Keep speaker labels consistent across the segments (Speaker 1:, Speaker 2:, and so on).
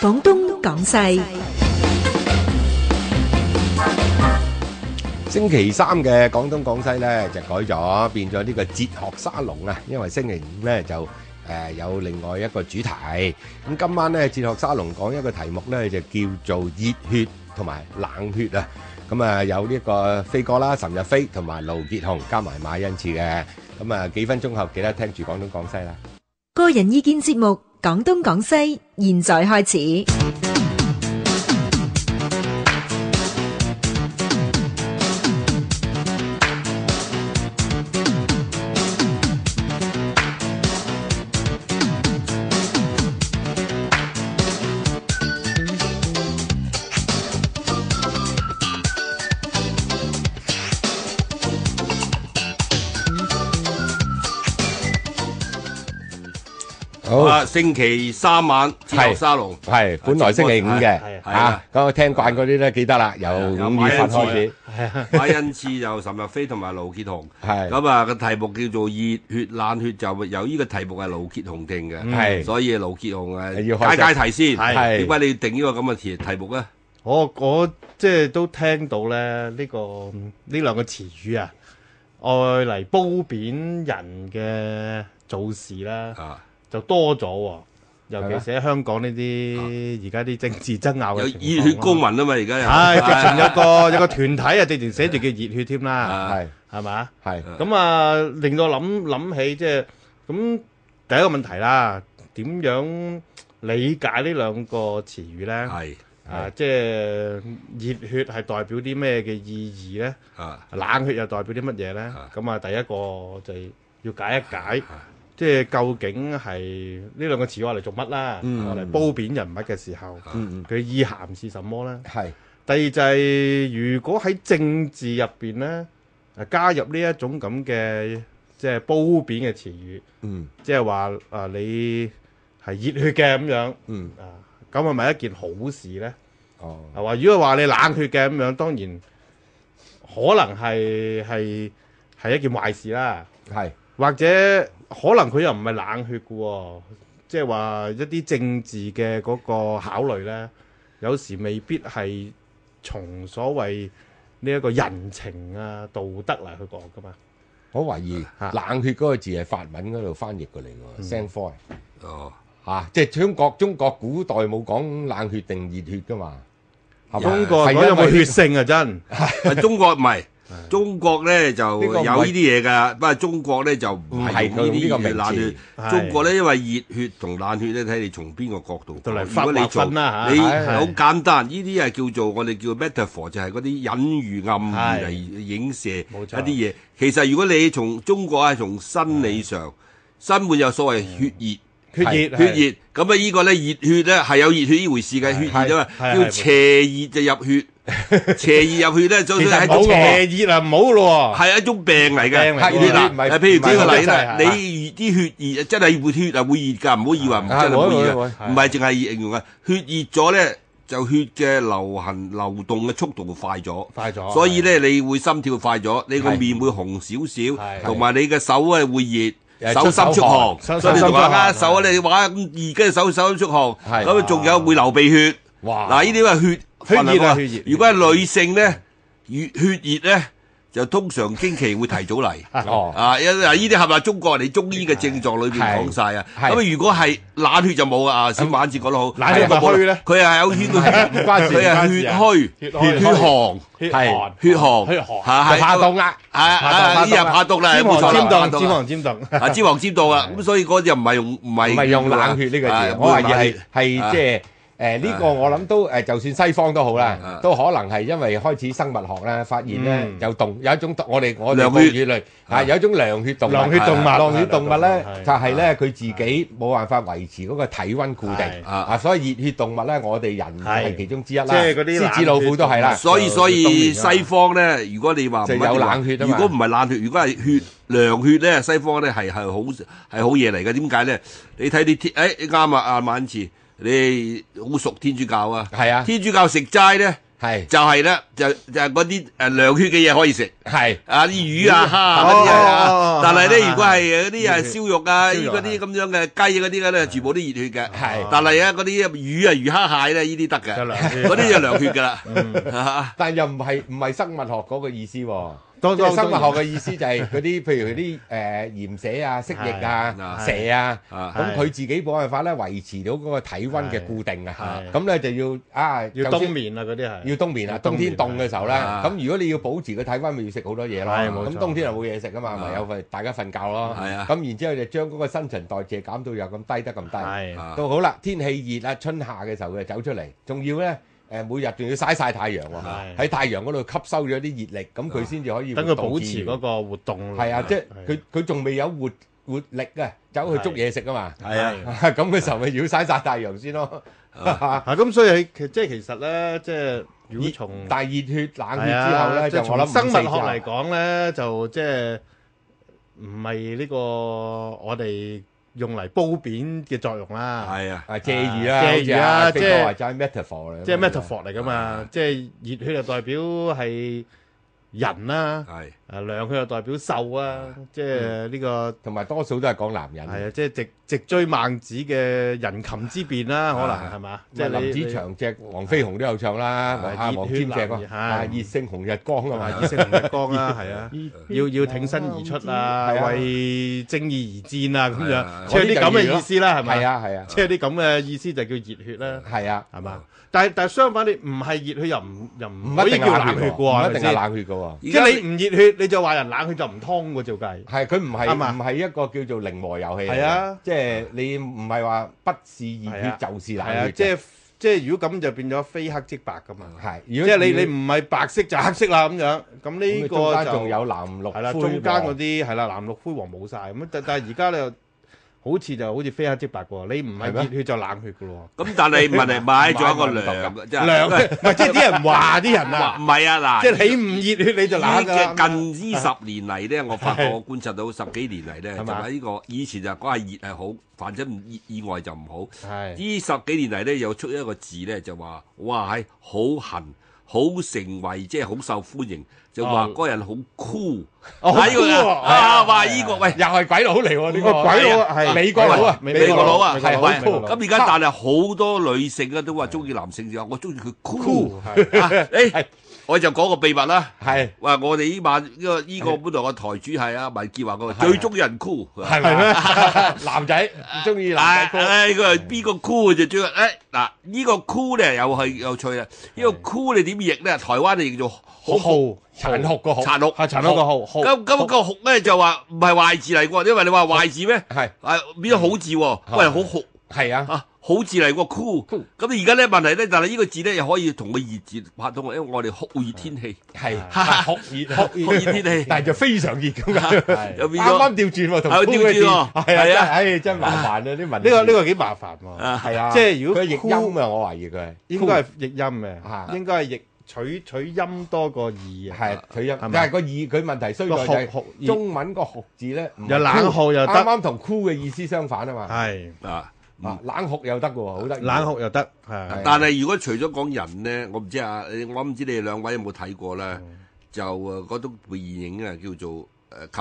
Speaker 1: 廣東廣西
Speaker 2: 星期三嘅廣東廣西呢，就改咗，變咗呢個哲學沙龍啊！因為星期五呢，就誒、呃有另外一個主題，咁今晚呢，哲學沙龍講一個題目呢，就叫做熱血同埋冷血啊！咁啊有呢個飛哥啦、岑日飛同埋盧傑雄加埋馬恩賜嘅，咁啊幾分鐘後記得聽住廣東廣西啦。
Speaker 1: 個人意見節目《廣東廣西》，現在開始。
Speaker 2: 好
Speaker 3: 啊，星期三晚自由沙龍，
Speaker 2: 係，本來星期五嘅
Speaker 4: 係
Speaker 3: 係
Speaker 2: 嚇
Speaker 3: 啊，
Speaker 2: 咁我聽慣嗰啲呢，記得啦，由
Speaker 3: 有
Speaker 2: 五
Speaker 3: 馬
Speaker 2: 月份
Speaker 3: 恩賜
Speaker 2: 開始
Speaker 3: 啊， 馬恩賜就岑日飛同埋盧傑雄，
Speaker 2: 係
Speaker 3: 咁啊個題目叫做熱血冷血，就有呢個題目係盧傑雄定
Speaker 2: 係
Speaker 3: 嘅，所以盧傑雄
Speaker 2: 嗯要
Speaker 3: 誒
Speaker 2: 開
Speaker 3: 解解題先，
Speaker 2: 係
Speaker 3: 點解你要定呢個咁嘅題題目啊咧？
Speaker 4: 我我即係都聽到咧呢、個呢兩個詞語啊，愛嚟褒貶人嘅做事啦，
Speaker 3: 啊，
Speaker 4: 就多咗喎、尤
Speaker 2: 係咩
Speaker 4: 其是喺香港呢啲而家啲政治爭拗
Speaker 3: 啊有
Speaker 4: 嘅情況
Speaker 3: 熱血公民
Speaker 4: 啦，
Speaker 3: 啊嘛，而家有
Speaker 4: 唉，直情有個有個團體啊，直情寫住叫熱血添啦，
Speaker 3: 啊
Speaker 2: 係
Speaker 4: 係嘛？
Speaker 2: 係
Speaker 3: 啊
Speaker 4: 咁啊，令到諗諗起即係咁第一個問題啦，點樣理解呢兩個詞語咧？
Speaker 3: 係
Speaker 4: 啊，即係熱血係代表啲咩嘅意義咧？
Speaker 3: 啊
Speaker 4: 冷血又代表啲乜嘢咧？咁啊，第一個就係要解一解，即係究竟係呢兩個詞我嚟做乜啦？
Speaker 2: 嗯
Speaker 4: 我嚟褒貶人物嘅時候，佢意涵是什麼咧？
Speaker 2: 係
Speaker 4: 第二就係如果喺政治入邊咧，啊加入呢一種咁嘅即係褒貶嘅詞語，
Speaker 2: 嗯
Speaker 4: 即係話啊你係熱血嘅咁樣
Speaker 2: 嗯
Speaker 4: 啊，咁係咪一件好事咧？
Speaker 2: 哦
Speaker 4: 係嘛？如果話你冷血嘅咁樣，當然可能係係係一件壞事啦，
Speaker 2: 係
Speaker 4: 或者可能佢又唔係冷血嘅喎、即係話一啲政治嘅嗰個考慮咧，有時未必係從所謂呢一個人情啊、道德嚟去講噶嘛。
Speaker 2: 我懷疑
Speaker 4: 嚇
Speaker 2: 冷血嗰個字係法文嗰度翻譯過嚟嘅喎 s a n f o
Speaker 3: 哦，
Speaker 2: 啊，即係中國中國古代冇講冷血定熱血噶嘛，係嘛
Speaker 4: 中國
Speaker 2: 係
Speaker 4: 人講有
Speaker 2: 因為
Speaker 4: 冇血性啊？真
Speaker 3: 啊中國唔係。中國咧就
Speaker 2: 呢
Speaker 3: 有
Speaker 2: 個唔
Speaker 3: 呢
Speaker 2: 係
Speaker 3: 啲嘢㗎，不過中國咧就唔係
Speaker 2: 唔係佢用呢個
Speaker 3: 用呢啲熱
Speaker 2: 名
Speaker 3: 血
Speaker 2: 字
Speaker 3: 冷血。
Speaker 4: 係
Speaker 3: 中國咧，因為熱血同冷血咧，睇你從邊個角度
Speaker 4: 就
Speaker 3: 講。
Speaker 4: 嚟
Speaker 3: 如
Speaker 4: 分
Speaker 3: 果你
Speaker 4: 劃
Speaker 3: 做，
Speaker 4: 分啦嚇
Speaker 3: 你
Speaker 2: 係
Speaker 3: 好簡單，呢啲係叫做我哋叫 metaphor，就係嗰啲隱喻暗
Speaker 4: 係
Speaker 3: 喻嚟影射一
Speaker 4: 冇
Speaker 3: 啲
Speaker 4: 錯
Speaker 3: 嘢。其實如果你從中國係從生理上，生活有所謂血熱。
Speaker 4: 血熱
Speaker 3: 血熱咁啊！呢個咧熱血咧係有熱血呢回事嘅，血熱啊嘛，
Speaker 4: 係
Speaker 3: 叫
Speaker 4: 係
Speaker 3: 邪熱就 入血，邪熱入血咧，就
Speaker 4: 其
Speaker 3: 算
Speaker 4: 實
Speaker 3: 係一種
Speaker 4: 冇
Speaker 3: 病
Speaker 4: 邪熱啊，唔好咯喎。
Speaker 3: 係一種病嚟嘅，
Speaker 4: 病嚟
Speaker 2: 嘅
Speaker 3: 熱
Speaker 2: 唔
Speaker 3: 嗱，
Speaker 2: 係
Speaker 3: 誒譬如舉個例
Speaker 4: 唔係
Speaker 3: 啦，
Speaker 4: 真係
Speaker 3: 你啲血熱真係會血啊會熱㗎，唔好以為唔
Speaker 2: 啊
Speaker 3: 真係唔好熱
Speaker 2: 會會
Speaker 3: 啊，唔係淨係熱形容啊，血熱咗咧就血嘅流行流動嘅速度會快咗。
Speaker 4: 快咗，
Speaker 3: 所以咧，你會心跳快咗，你個
Speaker 2: 哦係
Speaker 3: 面會紅少
Speaker 4: 係
Speaker 3: 少，同埋你嘅手啊會
Speaker 2: 誒
Speaker 3: 熱，手心
Speaker 2: 出
Speaker 3: 出
Speaker 2: 汗
Speaker 4: 手
Speaker 3: 汗，所以
Speaker 4: 心
Speaker 3: 你同
Speaker 4: 出汗
Speaker 3: 阿手啊，你話咁而家手手心出汗，
Speaker 2: 係啊
Speaker 3: 咁啊仲有會流鼻血。
Speaker 2: 哇
Speaker 3: 嗱，呢啲係血
Speaker 4: 血熱啊
Speaker 3: 分流啊
Speaker 4: 血熱
Speaker 3: 如果係女性咧，血血熱咧，就通常經期會提早嚟。
Speaker 2: 哦
Speaker 3: 啊，因嗱呢啲係咪中國人哋中醫嘅症狀裏邊
Speaker 2: 係
Speaker 3: 講晒啊？
Speaker 2: 係
Speaker 3: 咁啊如果係冷血就冇啊，啊先晚節講得好。
Speaker 4: 冷血咪虛咧
Speaker 3: 佢係有圈
Speaker 2: 唔關事
Speaker 3: 佢
Speaker 4: 唔
Speaker 3: 係
Speaker 4: 關事
Speaker 3: 血
Speaker 4: 啊
Speaker 3: 虛、
Speaker 4: 血虛
Speaker 3: 血寒。
Speaker 4: 血
Speaker 2: 係
Speaker 4: 寒
Speaker 3: 血寒，
Speaker 4: 血寒
Speaker 3: 嚇
Speaker 2: 就怕凍啦，
Speaker 3: 啊啊！呢日怕毒啦，
Speaker 4: 尖
Speaker 3: 冇錯
Speaker 4: 寒尖
Speaker 3: 啦，
Speaker 4: 凍，尖寒尖凍。
Speaker 3: 啊，知黃知道啊， 咁所以嗰啲又唔係用唔係
Speaker 2: 唔係用冷血呢個
Speaker 3: 啊
Speaker 2: 字，我懷疑
Speaker 3: 冷
Speaker 2: 係
Speaker 3: 血
Speaker 2: 係
Speaker 3: 啊
Speaker 2: 即係。誒呢個我諗都誒，就算西方都好啦
Speaker 3: 啊，
Speaker 2: 都可能係因為開始生物學咧，發現咧
Speaker 4: 嗯
Speaker 2: 有動有一種動，我哋我哋
Speaker 3: 涼
Speaker 2: 母
Speaker 3: 血
Speaker 2: 語類啊，有一種涼血動物，
Speaker 4: 涼血動物
Speaker 2: 涼血動物咧
Speaker 4: 係
Speaker 2: 就係咧佢自己冇辦法維持嗰個體温固定
Speaker 4: 係
Speaker 2: 啊，所以熱血動物咧，我哋人係
Speaker 4: 係
Speaker 2: 其中之一啦，
Speaker 4: 即係嗰啲
Speaker 2: 獅子老虎都係啦
Speaker 4: 冷血動物，
Speaker 3: 所以
Speaker 4: 就
Speaker 3: 所以
Speaker 4: 冬眠啊
Speaker 3: 西方咧，如果你話唔
Speaker 2: 就
Speaker 3: 一定
Speaker 2: 有
Speaker 3: 話
Speaker 2: 冷血啊
Speaker 3: 如
Speaker 2: 嘛
Speaker 3: 果唔係冷血，如果係血涼血咧，西方咧係係好係好嘢嚟嘅。點解咧？你睇你天誒啱啊！阿晚慈，你好熟天主教啊？
Speaker 2: 係啊，
Speaker 3: 天主教食齋咧，
Speaker 2: 係
Speaker 3: 就係咧就就係嗰啲誒涼血嘅嘢可以食。
Speaker 2: 係
Speaker 3: 啊！啲魚
Speaker 4: 魚
Speaker 3: 啊、蝦
Speaker 4: 啊
Speaker 3: 嗰啲嘢啊
Speaker 4: 哦，
Speaker 3: 但係
Speaker 4: 係
Speaker 3: 咧，
Speaker 4: 係
Speaker 3: 如果係嗰啲
Speaker 4: 係
Speaker 3: 係燒肉啊、
Speaker 4: 燒肉
Speaker 3: 嗰啲咁樣嘅雞嗰啲咧，全部都熱血嘅。
Speaker 2: 係
Speaker 3: 但係咧嗰啲魚啊、魚蝦蟹咧，呢啲得嘅，
Speaker 4: 就涼血
Speaker 3: 嗰啲就涼血㗎
Speaker 4: 嗯
Speaker 3: 啦。
Speaker 2: 但又唔係唔係生物學嗰個意思喎。
Speaker 4: 當
Speaker 2: 即係
Speaker 4: 當
Speaker 2: 生物
Speaker 4: 當
Speaker 2: 學嘅意思就係嗰啲，譬如啲誒鹽蛇啊、蜥蜴啊、
Speaker 3: 係
Speaker 2: 蛇啊，
Speaker 3: 啊
Speaker 2: 咁佢自己冇辦法咧維持到嗰個體温嘅固定啊，
Speaker 4: 係
Speaker 2: 咁咧就要啊，
Speaker 4: 要
Speaker 2: 就
Speaker 4: 冬
Speaker 2: 算
Speaker 4: 眠啦，嗰啲係
Speaker 2: 要冬眠啊，
Speaker 4: 要
Speaker 2: 冬
Speaker 4: 冬
Speaker 2: 天
Speaker 4: 眠
Speaker 2: 凍嘅時候咧，
Speaker 3: 啊
Speaker 2: 咁如果你要保持個體温，咪要食好多嘢咯。
Speaker 4: 係冇錯
Speaker 2: 咁冬天又冇嘢食啊嘛，咪有份大家瞓覺咯。
Speaker 3: 係啊
Speaker 2: 咁然之後就將嗰個新陳代謝減到又咁低得咁低。
Speaker 4: 係
Speaker 3: 啊
Speaker 2: 到好啦，天氣熱啦，春夏嘅時候佢就走出嚟，仲要咧誒每日仲要曬晒太陽喎，
Speaker 4: 係
Speaker 2: 喺太陽嗰度吸收咗啲熱力，咁佢先至可以
Speaker 4: 等
Speaker 2: 活
Speaker 4: 佢
Speaker 2: 動
Speaker 4: 保
Speaker 2: 自
Speaker 4: 持
Speaker 2: 如
Speaker 4: 嗰個活動力。
Speaker 2: 係啊，即係
Speaker 4: 係
Speaker 2: 佢佢仲未有活活力啊，走去捉嘢食啊嘛。
Speaker 3: 係啊，
Speaker 2: 咁嘅時候咪要曬晒太陽先咯。
Speaker 4: 啊咁，所以其即係其實咧，即係如果從
Speaker 2: 但係熱血冷
Speaker 4: 係
Speaker 2: 血之後
Speaker 4: 啊，
Speaker 2: 咧，
Speaker 4: 即係
Speaker 2: 就我
Speaker 4: 從
Speaker 2: 諗
Speaker 4: 生物
Speaker 2: 五四
Speaker 4: 學
Speaker 2: 之後
Speaker 4: 嚟講咧，就即係唔係呢個我哋用嚟褒貶嘅作用啦，
Speaker 3: 係啊，
Speaker 2: 啊借喻啦，
Speaker 4: 啊
Speaker 2: 好似
Speaker 4: 借喻啦
Speaker 2: 阿
Speaker 4: 即
Speaker 2: Peter 話
Speaker 4: 係
Speaker 2: 齋 metaphor 嚟，
Speaker 4: 即係 metaphor 嚟噶嘛，即係熱血就代表係人啦，
Speaker 3: 係
Speaker 4: 啊涼血就代表獸啊，即係
Speaker 2: 嗯
Speaker 4: 呢個。
Speaker 2: 同埋多數都係講男人。
Speaker 4: 係啊，即係直直追孟子嘅人禽之辯啦，可能係嘛？
Speaker 2: 即
Speaker 4: 即係
Speaker 2: 啊係
Speaker 4: 你
Speaker 2: 林子祥隻黃飛鴻都有唱啦，
Speaker 4: 係
Speaker 2: 啊黃沾隻
Speaker 4: 熱血
Speaker 2: 喎
Speaker 4: 男兒
Speaker 2: 啊
Speaker 4: 係
Speaker 2: 熱性紅日光啊
Speaker 4: 同埋
Speaker 2: 嘛，
Speaker 4: 以色列光 啦，係啊，要要挺身而出啊，
Speaker 2: 係啊
Speaker 4: 為正義而戰啊，咁
Speaker 3: 係啊
Speaker 4: 樣，即係啲咁
Speaker 2: 嗰啲就
Speaker 4: 嘅意思啦，係咪？
Speaker 2: 係，啊係啊
Speaker 4: 即係啲咁嘅意思就叫熱血啦，
Speaker 2: 係啊，
Speaker 4: 係嘛？但係但係相反，你唔係熱血又唔又
Speaker 2: 唔
Speaker 4: 唔可
Speaker 2: 一
Speaker 4: 以
Speaker 2: 定
Speaker 4: 叫
Speaker 2: 係
Speaker 4: 冷血嘅喎，係咪
Speaker 2: 喎唔一定係
Speaker 4: 先？
Speaker 2: 冷血嘅喎。
Speaker 4: 即係你唔熱血，你就話人冷血就唔通嘅，照計。
Speaker 2: 係佢唔係
Speaker 4: 啱啊
Speaker 2: 唔係一個叫做零和遊戲嚟嘅
Speaker 4: 係啊
Speaker 2: 即係你唔係話不是熱
Speaker 4: 係
Speaker 2: 血
Speaker 4: 啊
Speaker 2: 就是冷
Speaker 4: 係啊，
Speaker 2: 血嘅，
Speaker 4: 即係即係如果咁就變咗非黑即白噶嘛。
Speaker 2: 係。
Speaker 4: 即
Speaker 2: 如果
Speaker 4: 係你你唔係白色就黑色啦咁樣，咁呢
Speaker 2: 咁中
Speaker 4: 個
Speaker 2: 間
Speaker 4: 就
Speaker 2: 仲有藍綠
Speaker 4: 係啦，
Speaker 2: 灰
Speaker 4: 中間嗰
Speaker 2: 黃
Speaker 4: 啲係啦，藍綠灰黃冇晒咁，但但係而家咧好似就好似非黑即白嘅喎，你唔
Speaker 2: 係
Speaker 4: 係
Speaker 2: 咩
Speaker 4: 熱血就冷血嘅咯
Speaker 3: 咁，但係問題買咗一個
Speaker 2: 買買唔
Speaker 3: 涼，即
Speaker 4: 喎，涼
Speaker 3: 係
Speaker 4: 血唔係即係啲人話啲人啊，
Speaker 3: 唔 係啊嗱，
Speaker 4: 即係你唔熱血你就冷㗎啦
Speaker 3: 呢隻近呢十年嚟咧，我發覺我觀察到十幾年嚟咧，就
Speaker 4: 係嘛
Speaker 3: 喺呢個以前就講係熱係好，反正唔熱意外就唔好。
Speaker 4: 係
Speaker 3: 呢十幾年嚟咧，又出一個字咧，就話哇係好痕，好成為即係好受歡迎，就話
Speaker 4: 哦
Speaker 3: 嗰人好酷。
Speaker 4: 哦好
Speaker 3: 嗱呢個
Speaker 4: cool
Speaker 3: 人
Speaker 4: 喎
Speaker 3: 啊，哇！呢個喂。
Speaker 2: 又係鬼佬嚟喎呢
Speaker 4: 呢個
Speaker 2: 個
Speaker 4: 鬼佬啊
Speaker 2: 係
Speaker 4: 係
Speaker 2: 美國佬啊
Speaker 4: 美
Speaker 3: 美國佬啊，
Speaker 4: 美國佬
Speaker 3: 係
Speaker 4: 美國佬
Speaker 3: 咁而家但係好多女性啊都話中意男性就話我中意佢酷。
Speaker 2: 係
Speaker 3: 啊誒，我就講個秘密啦。
Speaker 2: 係
Speaker 3: 哇！我哋呢晚呢個呢個本來個台主係啊文傑話我最中意人酷。啊
Speaker 2: 係咩？ 男仔唔中意男仔高，
Speaker 3: 哎唉，佢話邊個 cool 就最緊誒嗱，呢個 cool 咧又係有趣啦。呢個 cool 你點譯咧？台灣就譯做好
Speaker 4: 好
Speaker 2: 殘酷個酷
Speaker 3: 殘酷，
Speaker 4: 係殘酷個酷酷
Speaker 3: 咁咁個酷咧就話唔係壞字嚟喎，因為你話壞字咩？
Speaker 2: 係嗯
Speaker 3: 係變咗好字喎，喂好酷
Speaker 2: 係啊，
Speaker 3: 啊！好字嚟喎，cool。
Speaker 2: Cool
Speaker 3: 咁而家咧問題咧，但係呢個字咧又可以同個熱字拍通，因為我哋酷熱天氣，
Speaker 2: 係
Speaker 3: 哈哈
Speaker 2: 酷熱酷
Speaker 3: 酷
Speaker 2: 熱，
Speaker 3: 熱天氣
Speaker 2: 但係就非常熱咁嘅。
Speaker 4: 係
Speaker 3: 又
Speaker 2: 啱
Speaker 3: 變咗
Speaker 2: 啱調轉喎，同
Speaker 3: 係
Speaker 2: 高
Speaker 3: 調
Speaker 2: 嘅
Speaker 3: 轉喎
Speaker 2: 調係啊，真
Speaker 3: 係
Speaker 2: 係
Speaker 3: 啊
Speaker 2: 唉真麻煩啊啲文。呢
Speaker 4: 呢個呢個幾麻煩喎，
Speaker 3: 啊
Speaker 2: 係啊，
Speaker 4: 即係如果
Speaker 2: 佢係譯音啊，我懷疑佢係
Speaker 4: 應該係
Speaker 2: cool，
Speaker 4: 譯音
Speaker 2: 啊
Speaker 4: 嘅，應該係譯取取音多過義啊，
Speaker 2: 係佢音，
Speaker 4: 係嘛
Speaker 2: 但係個意佢問題衰在
Speaker 4: 個
Speaker 2: 就
Speaker 4: 學
Speaker 2: 係
Speaker 4: 學熱
Speaker 2: 中文個酷字咧，唔係
Speaker 4: 又冷酷又得
Speaker 2: 啱啱同 cool 嘅意思相反啊嘛。
Speaker 4: 係
Speaker 3: 啊！
Speaker 2: 啊，冷酷又得嘅喎，好得意。
Speaker 4: 冷酷又得，
Speaker 2: 啊
Speaker 4: 係
Speaker 3: 但係如果除咗講人咧，我唔知啊，你我唔知你哋兩位有冇睇過啦。
Speaker 2: 嗯
Speaker 3: 就誒嗰種電影啊，叫做誒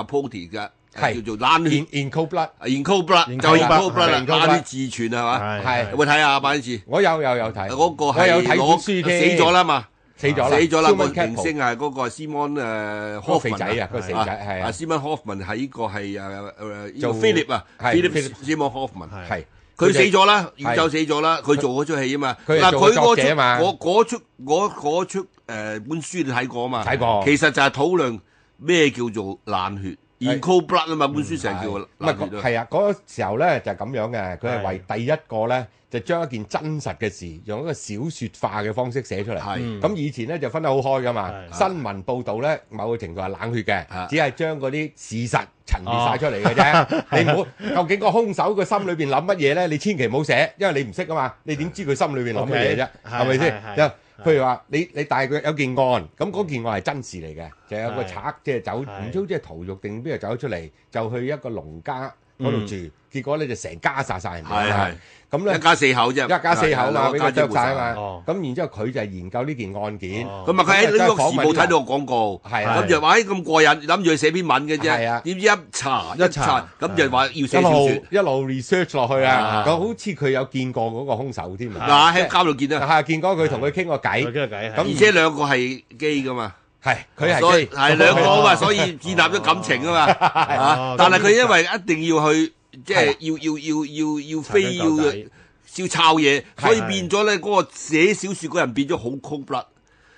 Speaker 3: Capote 嘅，
Speaker 2: 係
Speaker 3: 叫做冷血
Speaker 2: in in cold blood，
Speaker 3: 啊 In Cold Blood，
Speaker 4: In
Speaker 3: 就 In
Speaker 4: Cold
Speaker 2: Blood，
Speaker 3: Cold Blood
Speaker 2: 係
Speaker 3: 啦，
Speaker 2: In
Speaker 3: 冷
Speaker 2: Cold
Speaker 3: 血自傳啊係嘛？
Speaker 2: 係
Speaker 3: 有冇睇啊？馬恩士
Speaker 2: 我有有有睇。
Speaker 3: 嗰個
Speaker 2: 我有
Speaker 3: 係
Speaker 2: 睇本
Speaker 3: 攞
Speaker 2: 書添，
Speaker 3: 死咗啦嘛，
Speaker 2: 死咗啦，
Speaker 3: 死咗啦！個
Speaker 2: Truman
Speaker 3: 明
Speaker 2: Capote
Speaker 3: 星係嗰個 Simon 誒
Speaker 2: 個肥仔
Speaker 3: Hoffman
Speaker 2: 啊，個肥仔係啊，
Speaker 3: 啊 Simon Hoffman 喺個係誒誒呢個
Speaker 2: 做
Speaker 3: Philip 啊
Speaker 2: 係
Speaker 3: ，Philip
Speaker 2: Philip
Speaker 3: Simon Hoffman。
Speaker 4: 係
Speaker 2: 係
Speaker 3: 佢死
Speaker 2: 就
Speaker 3: 咗啦，宇宙死咗啦，佢做嗰出戲啊嘛。
Speaker 2: 佢係
Speaker 3: 嗱，
Speaker 2: 做個
Speaker 3: 佢
Speaker 2: 作
Speaker 3: 嗰
Speaker 2: 者啊
Speaker 3: 出
Speaker 2: 嘛
Speaker 3: 嗰嗰出嗰嗰出誒本書你睇過啊嘛？
Speaker 2: 睇過
Speaker 3: 其實就係討論咩叫做冷血 （in cold blood） 啊嘛，本書成日叫
Speaker 2: 唔係
Speaker 3: 冷血啊。
Speaker 2: 係啊，嗰個時候咧就係咁樣嘅，佢係
Speaker 4: 係
Speaker 2: 為第一個咧就將一件真實嘅事用一個小説化嘅方式寫出嚟。
Speaker 3: 係
Speaker 4: Ừ.
Speaker 2: 咁以前咧就分得好開噶嘛，
Speaker 4: 係
Speaker 2: 新聞報導咧某個程度係冷血
Speaker 3: 啊
Speaker 2: 嘅，只係將嗰啲事實陳列晒出嚟 嘅啫。你唔好究竟個兇手個心裏邊諗乜嘢咧？你千祈唔好寫，因為你唔識啊嘛，你點知佢心裏邊諗乜嘢啫？
Speaker 4: OK，
Speaker 2: 係咪先
Speaker 4: 係係？
Speaker 2: 就譬如話你你帶佢有件案，咁嗰件案係真事嚟嘅，就有個
Speaker 4: 係
Speaker 2: 賊即係走唔
Speaker 4: 係
Speaker 2: 知好似係逃獄定邊度走咗出嚟，就去一個農家嗰度住，結果咧就成家殺晒人哋
Speaker 3: 係
Speaker 2: 啦
Speaker 3: 係。
Speaker 2: 咁咧
Speaker 3: 一家四口啫，
Speaker 2: 一家四口嘛，
Speaker 3: 係
Speaker 2: 俾佢啄晒
Speaker 4: 晒
Speaker 2: 啊
Speaker 4: 哦
Speaker 2: 嘛。咁然之後佢就係研究呢件案件，
Speaker 4: 哦
Speaker 3: 咁啊，佢
Speaker 2: 咁
Speaker 3: 喺《
Speaker 2: 啊，真係
Speaker 3: 呢個時
Speaker 2: 訪問啲人
Speaker 3: 報》睇到個廣告，
Speaker 2: 係
Speaker 3: 咁就話：，哎，咁過癮，諗住佢寫篇文嘅
Speaker 2: 係
Speaker 3: 啫
Speaker 2: 啊。
Speaker 3: 點知一查
Speaker 4: 一查
Speaker 3: 一查，咁就話要
Speaker 2: 一
Speaker 3: 寫小
Speaker 2: 路
Speaker 3: 説。
Speaker 2: 一路 research 落去
Speaker 4: 啊
Speaker 2: 啊。咁好似佢有見過嗰個兇手添啊
Speaker 3: 嗱，，喺交度見到，
Speaker 2: 係見過佢同佢傾過
Speaker 4: 佢傾
Speaker 2: 偈，
Speaker 4: 個偈係
Speaker 2: 咁
Speaker 3: 而且兩個係基噶嘛，
Speaker 2: 係佢係
Speaker 3: 所以
Speaker 2: 基
Speaker 3: 係兩個啊嘛，所以建立咗感情啊 嘛。啊
Speaker 4: 哦
Speaker 3: 但係佢因為一定要去，即係
Speaker 2: 係啦
Speaker 3: 要要要要要
Speaker 4: 查
Speaker 3: 非
Speaker 4: 根
Speaker 3: 要
Speaker 4: 究底
Speaker 3: 要抄嘢，所以
Speaker 4: 係
Speaker 3: 變咗咧嗰個寫小説嗰人變咗好 cold blood。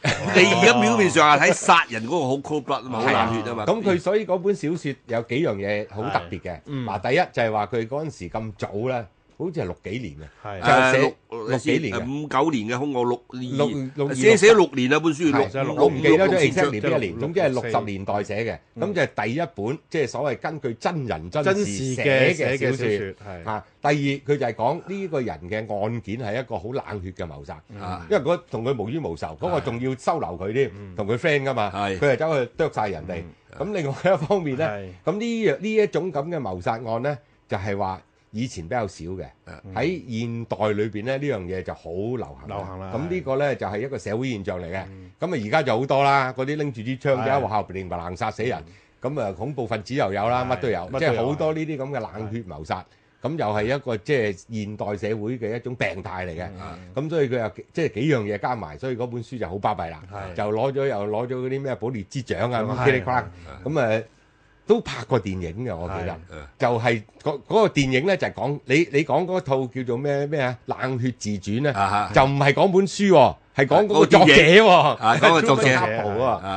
Speaker 3: 你而家表面上係睇殺人嗰個好 cold blood 啊嘛，好
Speaker 2: 係啊
Speaker 3: 冷血啊嘛。
Speaker 2: 咁佢所以嗰本小説有幾樣嘢好特別嘅。
Speaker 4: 嗯
Speaker 2: 嗱，第一就係話佢嗰陣時咁早咧，好似係六幾年嘅。
Speaker 4: 係
Speaker 2: 就係寫
Speaker 3: 誒，六-
Speaker 2: 六幾年嘅。
Speaker 3: 五九年嘅，兇惡，六
Speaker 2: 六六二
Speaker 3: 寫-
Speaker 2: 六
Speaker 3: 寫咗六年啊，本書，
Speaker 2: 係，
Speaker 3: 六-
Speaker 4: 寫咗六-
Speaker 2: 我唔記得咗
Speaker 3: 六-六-六-
Speaker 4: 六
Speaker 2: exactly 邊一年，總之係
Speaker 4: 六
Speaker 2: 六十年代寫嘅。咁就係第一本，即係所謂根據真人真
Speaker 4: 真
Speaker 2: 事
Speaker 4: 事
Speaker 2: 寫
Speaker 4: 嘅
Speaker 2: 嘅
Speaker 4: 寫
Speaker 2: 小
Speaker 4: 嘅小
Speaker 2: 説。
Speaker 4: 説係
Speaker 2: 啊，第二佢就係講呢個人嘅案件係一個好冷血嘅謀殺，
Speaker 4: Ừ.
Speaker 3: 啊，
Speaker 2: 因為嗰同佢無冤無仇，嗰個仲要收留佢添，
Speaker 4: 嗯
Speaker 2: 同佢 friend 噶嘛，
Speaker 3: 係
Speaker 2: 佢係走去啄晒人哋。咁另外一方面咧。
Speaker 4: 係
Speaker 2: 咁呢樣呢一種咁嘅謀殺案咧，就係、話以前比較少嘅
Speaker 3: 啊，
Speaker 4: Ừ.
Speaker 2: 喺、現代裏邊咧呢樣嘢就好流
Speaker 4: 嗯
Speaker 2: 行啦。
Speaker 4: 流行啦
Speaker 2: 咁呢個咧就係、一個社會現象嚟
Speaker 4: Ừ.
Speaker 2: 嘅。咁啊而家就好多啦，嗰啲拎住支槍
Speaker 4: 係
Speaker 2: 嘅喺學校亂唪唥殺死人。咁啊恐怖分子又有啦，
Speaker 4: 係
Speaker 2: 乜都有，
Speaker 4: 乜都有
Speaker 2: 即係好多呢啲咁嘅冷血謀殺。咁又係一個即係現代社會嘅一種病態嚟嘅。
Speaker 4: Ừ.
Speaker 2: 咁所以佢又幾即係幾樣嘢加埋，所以嗰本書就好巴閉啦
Speaker 4: 係，
Speaker 2: 就攞咗又攞咗嗰啲咩保列之獎啊，
Speaker 4: 係
Speaker 2: 咁噼里啪啦，咁誒都拍過電影嘅，我記
Speaker 4: 係
Speaker 2: 得
Speaker 3: 嗯，
Speaker 2: 就係嗰嗰個電影咧就係講你你講嗰套叫做咩咩啊冷血自傳咧，
Speaker 3: 啊，啊，
Speaker 2: 就唔係講本書喎，係講嗰個
Speaker 3: 嗰個
Speaker 2: 作者
Speaker 3: 電
Speaker 2: 喎，
Speaker 3: 啊講個作者
Speaker 2: Truman Capote 喎
Speaker 3: 啊，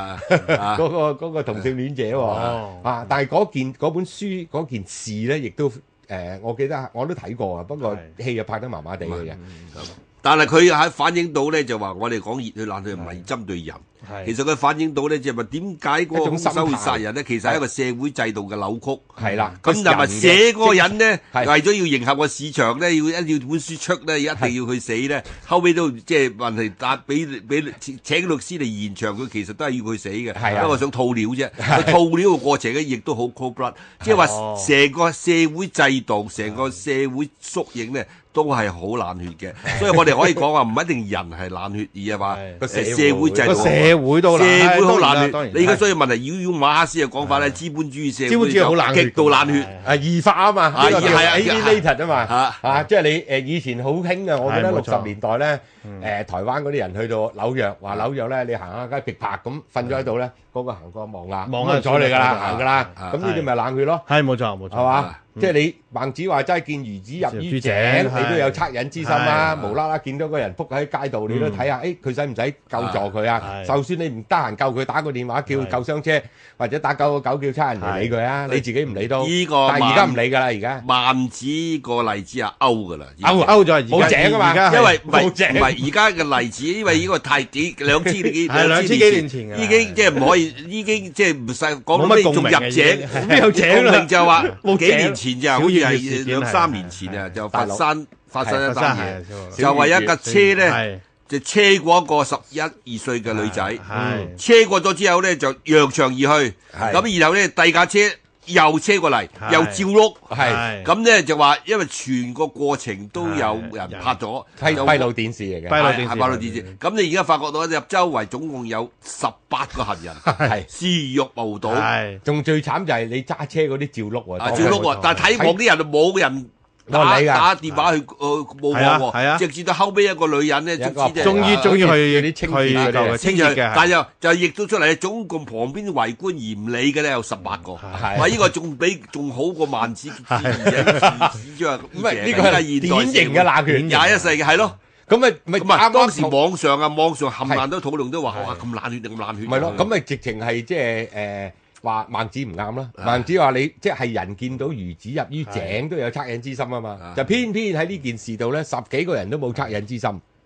Speaker 3: 啊，
Speaker 2: 嗰個嗰個同性戀者喎，
Speaker 4: 哦
Speaker 2: 啊！但係嗰件嗰本書嗰件事咧，亦都誒，我記得我都睇過啊，不過
Speaker 4: 係
Speaker 2: 戲又拍得麻麻地嘅啫，
Speaker 4: Ừ.
Speaker 3: 但係佢喺反映到呢，就話我哋講熱血冷血唔係針對人，
Speaker 4: 係
Speaker 3: 其實佢反映到呢，就係話點解嗰個
Speaker 2: 一種心態。
Speaker 3: 兇手會殺人呢，其實係一個社會制度嘅扭曲。
Speaker 2: 係啦。
Speaker 3: 咁但係寫嗰個人咧，
Speaker 2: 係
Speaker 3: 為咗要迎合個市場咧，要一要本書出咧，一定要佢死咧。後尾都即係問題答俾俾請律師嚟延長，佢其實都係要佢死嘅。
Speaker 2: 係啊
Speaker 3: 不過想套料啫，佢套料嘅過程咧，亦都好 cold blood，即係話
Speaker 4: 哦
Speaker 3: 成個社會制度、成
Speaker 2: 嗯
Speaker 3: 個社會縮影咧。都係好冷血嘅，所以我哋可以講話唔一定人係冷血，而係話
Speaker 4: 係
Speaker 2: 個
Speaker 3: 誒
Speaker 2: 社
Speaker 3: 社會
Speaker 2: 會
Speaker 3: 制
Speaker 4: 個
Speaker 3: 度
Speaker 4: 社會都冷
Speaker 3: 社會好
Speaker 4: 當然啦
Speaker 3: 冷
Speaker 4: 當
Speaker 3: 血
Speaker 4: 然。
Speaker 3: 你而家所以問題，要要馬克思嘅講法咧，資本主義社
Speaker 4: 資本
Speaker 3: 會
Speaker 4: 主義好冷血㗎
Speaker 3: 極度冷血。
Speaker 2: 啊異化啊嘛，呢個叫
Speaker 3: 係啊
Speaker 2: alienated 啊
Speaker 3: 啊
Speaker 2: 嘛，啊即係你誒以前好興啊，我記
Speaker 4: 係
Speaker 2: 得
Speaker 4: 冇
Speaker 2: 六
Speaker 4: 錯
Speaker 2: 十年代咧，誒台灣嗰啲人去到紐約，話紐約咧你行下街劈拍咁瞓咗喺度咧，嗰個行過望啦，
Speaker 4: 望下
Speaker 2: 咁就睬你㗎啦，
Speaker 4: 嗯
Speaker 2: 行㗎啦，
Speaker 3: 啊
Speaker 2: 咁呢啲咪冷血咯。
Speaker 4: 係冇錯冇
Speaker 2: 係
Speaker 4: 錯，
Speaker 2: 嘛？即係你孟子話齋見孺子入
Speaker 4: 入於
Speaker 2: 於井，
Speaker 4: 井
Speaker 2: 你都有惻隱之心啦。
Speaker 3: 係
Speaker 2: 無啦啦見到個人仆喺街度，你都睇下，誒佢使唔使救助佢啊？
Speaker 4: 係
Speaker 2: 就算你唔得閒救佢，打個電話叫
Speaker 4: 係
Speaker 2: 救傷車，或者打九個九叫差人嚟理佢啊！你自己唔理都，
Speaker 3: 呢個
Speaker 2: 但係而家唔理㗎啦，而家
Speaker 3: 萬子個例子啊，歐噶啦，已經
Speaker 4: 勾勾咗而家
Speaker 2: 冇井啊嘛
Speaker 4: 而家係
Speaker 3: 因為唔係
Speaker 2: 冇井
Speaker 3: 唔係而家嘅例子，因為呢個 太幾兩千幾
Speaker 4: 係兩千幾年前㗎啦
Speaker 3: 已經即係唔可以，已經即係唔使講到
Speaker 4: 冇
Speaker 3: 你
Speaker 4: 乜
Speaker 3: 仲
Speaker 4: 共
Speaker 3: 入
Speaker 4: 鳴嘅已
Speaker 3: 井
Speaker 4: 經， 邊有井啦
Speaker 3: 共鳴就話
Speaker 4: 冇井
Speaker 3: 幾年前就好似
Speaker 4: 小月月事
Speaker 3: 係
Speaker 4: 件
Speaker 3: 兩
Speaker 4: 係
Speaker 3: 三年前啊，
Speaker 4: 係
Speaker 3: 就
Speaker 2: 大
Speaker 3: 佛
Speaker 2: 陸
Speaker 3: 山發生一單
Speaker 4: 係
Speaker 3: 嘢
Speaker 4: 佛山，係
Speaker 3: 就話一架車咧
Speaker 4: 係
Speaker 3: 就車過一個十一二歲嘅女仔。嗯
Speaker 4: 係
Speaker 3: 車過咗之後咧就揚長而去，
Speaker 2: 係
Speaker 3: 咁然後咧第二架車又車過嚟，
Speaker 4: 係
Speaker 3: 又照碌，
Speaker 2: 係
Speaker 3: 咁咧就話因為全個過程都有
Speaker 4: 係
Speaker 3: 人
Speaker 4: 人
Speaker 3: 拍咗，
Speaker 2: 閉
Speaker 3: 就
Speaker 2: 閉路電視嚟
Speaker 4: 閉
Speaker 2: 嘅，
Speaker 4: 路
Speaker 3: 係
Speaker 4: 電視
Speaker 3: 係閉路電視，咁你而家發覺到入周圍總共有十八個行 人，
Speaker 2: 係
Speaker 3: 視若無睹，啊
Speaker 4: 係
Speaker 2: 仲最慘就係你揸車嗰啲照碌喎，
Speaker 3: 照碌
Speaker 4: 喎
Speaker 3: 喎，但係睇望啲人就冇人。打
Speaker 2: 冇人理㗎
Speaker 3: 打電話去去報
Speaker 4: 係啊
Speaker 3: 案
Speaker 4: 係啊
Speaker 3: 喎，直至到後尾一個女人咧，
Speaker 2: 有一個
Speaker 3: 終之
Speaker 4: 終於
Speaker 2: 啊
Speaker 4: 終於
Speaker 2: 嗰
Speaker 4: 去
Speaker 2: 啲
Speaker 4: 去
Speaker 2: 清潔嗰啲
Speaker 4: 夠嘅
Speaker 2: 啊
Speaker 4: 清潔嘅
Speaker 3: 但
Speaker 4: 係
Speaker 3: 又就譯到出嚟，總共旁邊圍觀而唔理嘅咧有十八個，
Speaker 2: 係
Speaker 3: 話呢個仲比仲好過萬子之二嘅子之啊！
Speaker 2: 唔係呢個係典型嘅冷血，
Speaker 3: 廿一世嘅係咯，
Speaker 2: 咁咪咪
Speaker 3: 咁啊
Speaker 2: 啱
Speaker 3: 當
Speaker 2: 啱
Speaker 3: 時
Speaker 2: 同
Speaker 3: 網上啊網上冚唪唥都討論都話哇咁冷血定咁冷血，
Speaker 2: 唔係咯，咁咪直情係即係誒話孟子唔啱啦。孟子話你即係人見到孺子入於井都有惻隱之心啊嘛，就偏偏喺呢件事度咧，十幾個人都冇惻隱之心。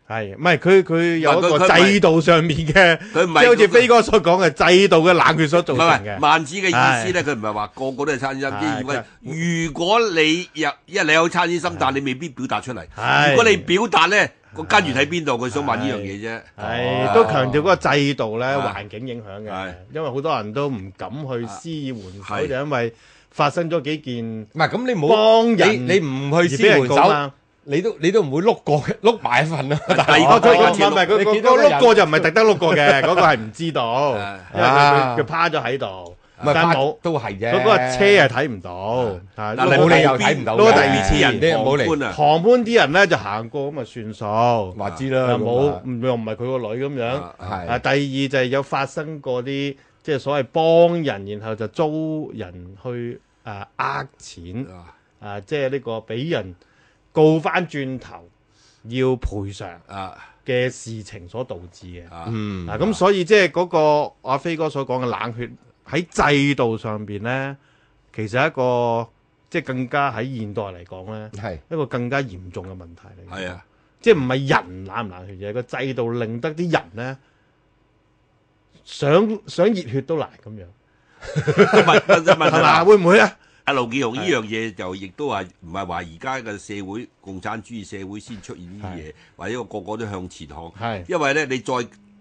Speaker 4: 係唔係佢佢有一
Speaker 3: 唔係佢
Speaker 4: 個
Speaker 3: 佢唔係
Speaker 4: 制度上面嘅，
Speaker 3: 佢唔
Speaker 4: 即係
Speaker 3: 係
Speaker 4: 好
Speaker 3: 嗰個
Speaker 4: 似飛哥所講嘅制度嘅冷血所造
Speaker 3: 唔
Speaker 4: 成
Speaker 3: 係唔
Speaker 4: 嘅
Speaker 3: 係，。萬子嘅意思咧，佢唔係話個個都係惻隱
Speaker 4: 係
Speaker 3: 心，而係如果你入，因為你有惻隱心，但你未必表達出嚟。
Speaker 4: 係
Speaker 3: 如果你表達咧，個根源喺邊度？佢想問呢樣嘢啫。
Speaker 4: 係都強調嗰個制度咧，
Speaker 3: 係
Speaker 4: 環境影響嘅
Speaker 3: 啊係，
Speaker 4: 因為好多人都唔敢去施援手，
Speaker 3: 係
Speaker 4: 就因為發生咗幾件
Speaker 2: 唔係，咁你唔好-
Speaker 4: 幫人
Speaker 2: 你-你唔去支
Speaker 4: 而俾人
Speaker 2: 援手，
Speaker 4: 告嘛。
Speaker 2: 你都-你都唔會碌過- 碌埋一份啊，
Speaker 3: 第二個
Speaker 2: 大佬。
Speaker 4: 哦，佢
Speaker 3: 嗰
Speaker 4: 唔
Speaker 3: 次
Speaker 4: 係唔係佢
Speaker 2: 你
Speaker 4: 佢
Speaker 2: 見到
Speaker 4: 嗰
Speaker 2: 個人
Speaker 4: 碌過就唔係特登碌過嘅，嗰個係唔知道，因為
Speaker 2: 啊
Speaker 4: 佢佢趴咗喺度，
Speaker 2: 唔係，
Speaker 4: 但冇
Speaker 2: 都係啫。
Speaker 4: 嗰個車係睇唔到，啊
Speaker 3: 嗱，
Speaker 2: 冇
Speaker 4: 路
Speaker 2: 理由
Speaker 4: 旁邊
Speaker 2: 睇唔到
Speaker 4: 路
Speaker 2: 嘅
Speaker 4: 第二次人
Speaker 2: 你又冇嚟
Speaker 3: 官啊！
Speaker 4: 旁邊啲人咧就行過咁啊算數，
Speaker 2: 話知啦，
Speaker 4: 啊冇
Speaker 2: 咁啊。
Speaker 4: 唔又唔係佢個女咁樣。
Speaker 2: 係。
Speaker 4: 啊，第二就係有發生過啲即係所謂幫人，然後就租人去啊呃錢
Speaker 3: 啊
Speaker 4: 啊，即係呢個俾人告翻轉頭要賠償
Speaker 3: 啊
Speaker 4: 嘅事情所導致嘅。
Speaker 3: 啊！
Speaker 2: 嗯，
Speaker 4: 嗱，咁所以即係嗰個阿飛哥所講嘅冷血喺制度上邊咧，其實係一個即係更加喺現代嚟講咧，
Speaker 2: 係。
Speaker 4: 一個更加嚴重嘅問題嚟。
Speaker 3: 係啊，
Speaker 4: 即係唔係人冷唔冷血，而係個制度令得啲人咧想想熱血都難咁樣，
Speaker 3: 都問都問
Speaker 4: 係
Speaker 3: 啦
Speaker 4: 嘛？。會唔會咧？
Speaker 3: 啊阿劉建雄呢樣嘢就亦都話唔係話而家嘅社會共產主義社會先出現呢啲嘢，或者個個都向前看。
Speaker 4: 係
Speaker 3: 因為咧，你再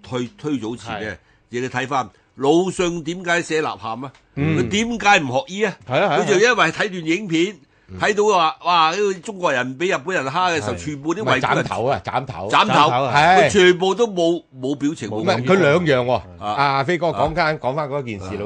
Speaker 3: 退推早前咧，你哋睇翻魯迅點解寫吶喊啊？佢點解唔學醫啊？
Speaker 4: 係啊係啊
Speaker 3: 佢就因為睇段影片，睇到話哇，呢個中國人俾日本人蝦嘅時候，
Speaker 4: 係
Speaker 3: 全部啲圍觀人
Speaker 2: 咪斬頭啊，斬頭。
Speaker 3: 斬
Speaker 4: 斬頭
Speaker 3: 頭，
Speaker 4: 啊
Speaker 2: 係
Speaker 3: 佢全部都冇冇表情，冇
Speaker 2: 唔係，佢兩樣喎。
Speaker 3: 啊。
Speaker 2: 啊，飛哥，講返-講返嗰件事啦。